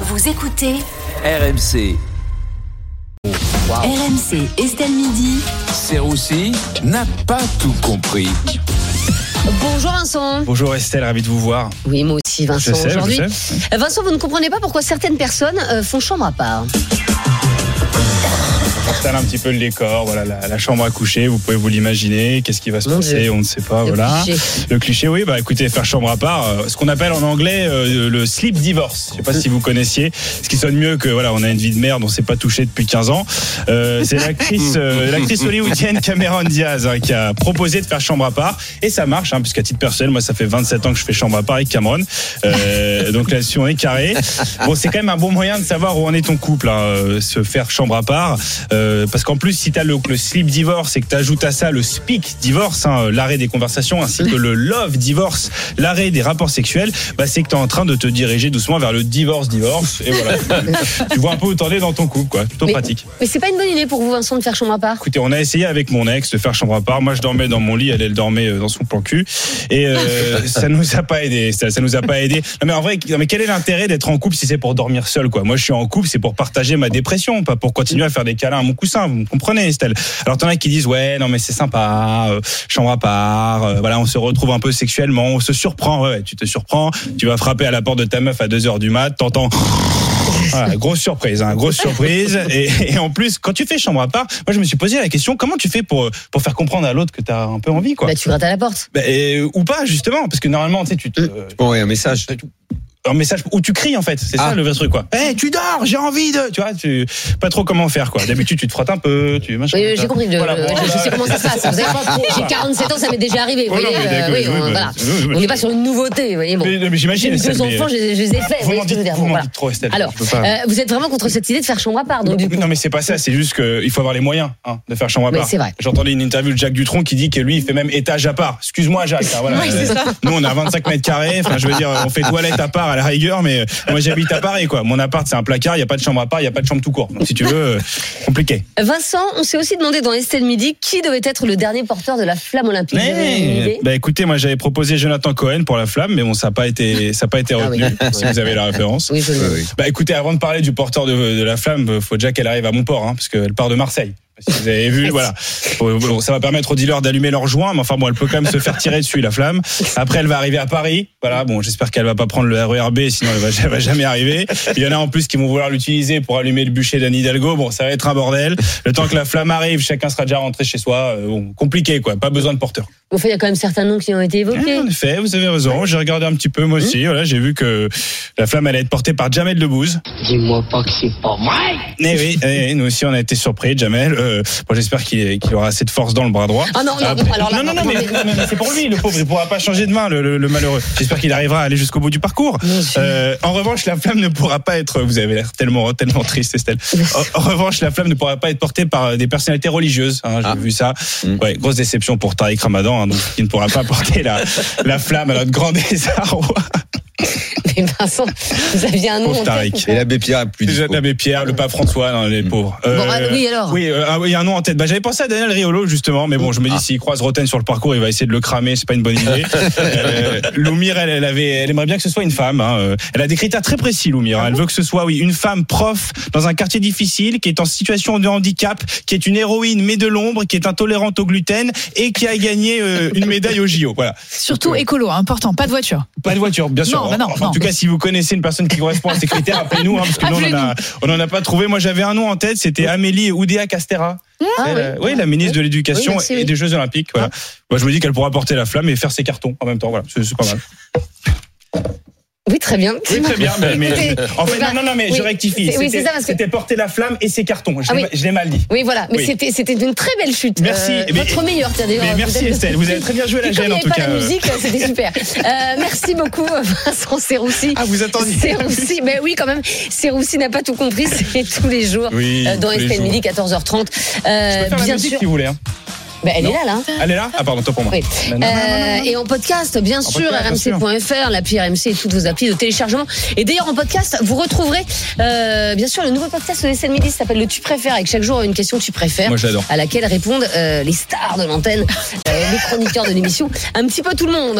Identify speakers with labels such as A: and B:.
A: Vous écoutez
B: RMC.
A: RMC Estelle Midi.
B: Serroussi n'a pas tout compris.
C: Bonjour Vincent.
D: Bonjour Estelle, ravi de vous voir.
C: Oui, moi aussi Vincent
D: je sais,
C: aujourd'hui.
D: je sais.
C: Euh, Vincent, vous ne comprenez pas pourquoi certaines personnes euh, font chambre à part.
D: Installe un petit peu le décor, voilà la, la chambre à coucher, vous pouvez vous l'imaginer, qu'est-ce qui va se
C: Mon
D: passer,
C: Dieu.
D: on ne sait pas,
C: Le
D: voilà.
C: cliché.
D: Le cliché, oui, bah écoutez, faire chambre à part, euh, ce qu'on appelle en anglais euh, le sleep divorce. Je sais pas si vous connaissiez, ce qui sonne mieux que voilà, on a une vie de merde, on s'est pas touché depuis 15 ans. Euh, c'est l'actrice, euh, l'actrice hollywoodienne Cameron Diaz hein, qui a proposé de faire chambre à part, et ça marche, hein, puisqu'à titre personnel, moi ça fait 27 ans que je fais chambre à part avec Cameron, Euh, donc là-dessus on est carré. Bon, c'est quand même un bon moyen de savoir où en est ton couple, hein, euh, se faire chambre à part. Euh, parce qu'en plus, si tu as le, le slip divorce et que tu ajoutes à ça le speak divorce, hein, euh, l'arrêt des conversations, ainsi que le love divorce, l'arrêt des rapports sexuels, bah, c'est que tu es en train de te diriger doucement vers le divorce divorce. Et voilà. tu vois un peu où t'en es dans ton couple, quoi. Plutôt
C: Mais-
D: pratique.
C: Mais c'est pas une bonne idée pour vous Vincent de faire chambre à part.
D: Écoutez, on a essayé avec mon ex de faire chambre à part. Moi, je dormais dans mon lit, elle, elle dormait euh, dans son plan cul. Et euh, ça nous a pas aidé. Ça, ça nous a pas aidé. Non, mais en vrai, non, mais quel est l'intérêt d'être en couple si c'est pour dormir seul, quoi Moi, je suis en couple, c'est pour partager ma dépression, pas pour continuer à faire des câlins à mon coussin. Vous me comprenez, Estelle Alors, t'en as qui disent, ouais, non, mais c'est sympa, euh, chambre à part. euh, voilà, on se retrouve un peu sexuellement, on se surprend. Ouais, ouais, tu te surprends. Tu vas frapper à la porte de ta meuf à 2 heures du mat, t'entends. Voilà, grosse surprise, hein, grosse surprise. Et, et en plus, quand tu fais chambre à part, moi je me suis posé la question comment tu fais pour pour faire comprendre à l'autre que t'as un peu envie, quoi
C: Bah, tu grattes à la porte.
D: Bah, et- Ou pas justement, parce que normalement, tu sais, tu te,
C: Euh,
D: euh,
E: Bon, ouais, un message.
D: un message où tu cries en fait, c'est
E: Ah.
D: ça le vrai truc, quoi. Eh, tu dors, j'ai envie de, tu vois, tu pas trop comment faire, quoi. D'habitude, tu te frottes un peu, tu machin.
C: Oui, oui,
D: ça.
C: j'ai compris. le-
D: Voilà,
C: le-
D: bon,
C: je
D: voilà.
C: sais comment ça se passe. Vous savez, j'ai 47 ans, ça m'est déjà arrivé. vous
D: Oh, non,
C: voyez,
D: mais
C: euh,
D: d'accord,
C: oui,
D: oui,
C: on-
D: oui,
C: voilà.
D: oui, oui,
C: On
D: oui.
C: n'est pas sur une nouveauté. vous voyez, bon.
D: Mais- mais
C: J'ai
D: j'imagine.
C: eu
D: Estelle,
C: deux
D: mais-
C: enfants, je les je les ai faits. vous
D: Vous
C: voyez
D: m'en
C: ce que je veux
D: dites,
C: dire,
D: vous
C: bon,
D: m'en
C: voilà.
D: dites trop, Estelle.
C: Alors,
D: Je peux pas-
C: euh, vous êtes vraiment contre cette idée de faire chambre à part. Donc, du coup,
D: Non mais c'est pas ça, c'est juste qu'il faut avoir les moyens hein, de faire chambre à
C: Oui,
D: part.
C: c'est vrai.
D: J'entendais une interview de Jacques Dutronc qui dit que lui il fait même étage à part. Excuse-moi Jacques. hein, voilà.
C: Oui, c'est
D: Euh,
C: ça.
D: Nous on a 25 mètres carrés, enfin je veux dire on fait toilette à part à la rigueur, mais euh, moi j'habite à Paris quoi. Mon appart c'est un placard, il y a pas de chambre à part, il y a pas de chambre tout court. Donc si tu veux, euh, compliqué.
C: Vincent, on s'est aussi demandé dans Estelle Midi qui devait être le dernier porteur de la flamme olympique. Vous avez une idée
D: Mais bah écoutez, moi j'avais proposé Jonathan Cohen pour la flamme, mais bon ça n'a pas été ça a pas été
C: Ah
D: retenu. Si vous avez la référence.
C: Oui, je le
D: Bah écoutez, avant de parler du porteur de, de la flamme, euh, faut déjà qu'elle arrive à Montport, hein, parce qu'elle part de Marseille. Si vous avez vu, voilà. Bon, bon, ça va permettre aux dealers d'allumer leur joint, mais enfin bon, elle peut quand même se faire tirer dessus la flamme. Après, elle va arriver à Paris. Voilà, bon, j'espère qu'elle va pas prendre le RERB, sinon elle va, elle va jamais arriver. Il y en a en plus qui vont vouloir l'utiliser pour allumer le bûcher d'Anne Hidalgo. Bon, ça va être un bordel. Le temps que la flamme arrive, chacun sera déjà rentré chez soi. Euh, Bon, compliqué quoi, pas besoin de porteur.
C: Enfin, il y a quand même certains noms qui ont été évoqués.
D: Ah, En effet, vous avez raison. J'ai regardé un petit peu moi aussi. Voilà, j'ai vu que la flamme allait être portée par Jamel Debbouze.
F: Dis-moi pas que c'est pas vrai.
D: Eh oui, eh oui, nous aussi on a été surpris, Jamel. Euh, bon, j'espère qu'il qu'il aura assez de force dans le bras droit.
C: Ah non, non,
D: Après-
C: bon, alors là,
D: non, non, non,
C: non,
D: mais,
C: mais-
D: non, mais c'est pour lui, le pauvre, il pourra pas changer de main, le, le- le malheureux. J'espère qu'il arrivera à aller jusqu'au bout du parcours. Euh, en revanche, la flamme ne pourra pas être. Vous avez l'air tellement, tellement triste, Estelle. En, en revanche, la flamme ne pourra pas être portée par euh, des personnalités religieuses. hein, J'ai
E: Ah.
D: vu ça.
E: Mm.
D: Ouais, grosse déception pour Tariq Ramadan, hein, donc, qui ne pourra pas porter la, la flamme à notre grand désarroi.
C: Mais Vincent, vous aviez un nom.
D: Pauvre
C: en
D: Tariq.
C: tête ou pas
E: Et l'abbé Pierre a plus
D: Déjà
E: dispo. Mm.
D: l'abbé Pierre, le pape François, non, les pauvres.
C: Bon, ah, oui, alors
D: Oui, euh, ah oui, il y a un nom en tête. Bah, j'avais pensé à Daniel Riolo justement, mais bon, je me dis
E: Ah.
D: s'il croise Roten sur le parcours, il va essayer de le cramer. C'est pas une bonne idée. euh, Loumir, elle, elle avait, elle aimerait bien que ce soit une femme. hein, euh. Elle a des critères très précis, Loumir. hein. Elle veut que ce soit, oui, une femme prof dans un quartier difficile, qui est en situation de handicap, qui est une héroïne mais de l'ombre, qui est intolérante au gluten et qui a gagné euh, une médaille au JO. Voilà.
G: Surtout écolo, hein, important, pas de voiture.
D: Pas de voiture, bien sûr.
G: Non, bah non,
D: en, en
G: non.
D: tout cas, si vous connaissez une personne qui correspond à ces critères, appelez-nous, hein, parce que nous, on en a- on n'en a, pas trouvé. Moi, j'avais un nom en tête, c'était Amélie Oudéa Castera. Elle, euh, oui, la ministre de
C: Ah Oui,
D: l'Éducation
C: merci, oui.
D: et des Jeux Olympiques. Voilà. Moi, je me dis qu'elle pourra porter la flamme et faire ses cartons en même temps. Voilà, c'est c'est pas mal.
C: Oui, très bien.
D: Oui, très bien. Mais, mais-
C: Écoutez,
D: en fait,
C: bah,
D: non, non, non, mais
C: oui,
D: je rectifie.
C: c'est- oui, c'est
D: C'était
C: ça, parce que-
D: c'était porter la flamme et ses cartons. Je
C: Ah
D: l'ai
C: oui.
D: ma- je l'ai mal dit.
C: Oui, voilà. Mais
D: Oui.
C: c'était c'était une très belle chute.
D: Merci.
C: Euh,
D: Mais-
C: votre meilleure, tiens, d'ailleurs.
D: Mais merci,
C: êtes-
D: Estelle. Vous avez très bien joué la
C: Et comme il
D: gêne, en
C: y
D: tout
C: avait
D: cas.
C: pas la musique, c'était super. Euh, merci beaucoup, Vincent Serroussi.
D: Ah, vous attendiez.
C: Serroussi, mais oui, quand même. Serroussi n'a pas tout compris. C'est tous les jours
D: Oui,
C: euh, dans
D: tous les
C: Estelle
D: jours.
C: Midi, 14h30.
D: Je
C: Euh,
D: peux faire la
C: bien
D: musique
C: sûr.
D: si vous voulez. hein.
C: Bah, elle est là, là. hein.
D: Elle est là Ah, pardon, toi pour moi.
C: Oui.
D: Non, non, non,
C: Euh, et en podcast, bien sûr,
D: podcast, bien sûr.
C: rmc.fr, l'appli RMC et toutes vos applis de téléchargement. Et d'ailleurs, en podcast, vous retrouverez, euh, bien sûr, le nouveau podcast de SN Midi ça s'appelle Le Tu préfères, avec chaque jour une question tu préfères.
D: Moi, je l'adore.
C: euh, À laquelle répondent euh, les stars de l'antenne, euh, les chroniqueurs de l'émission, un petit peu tout le monde.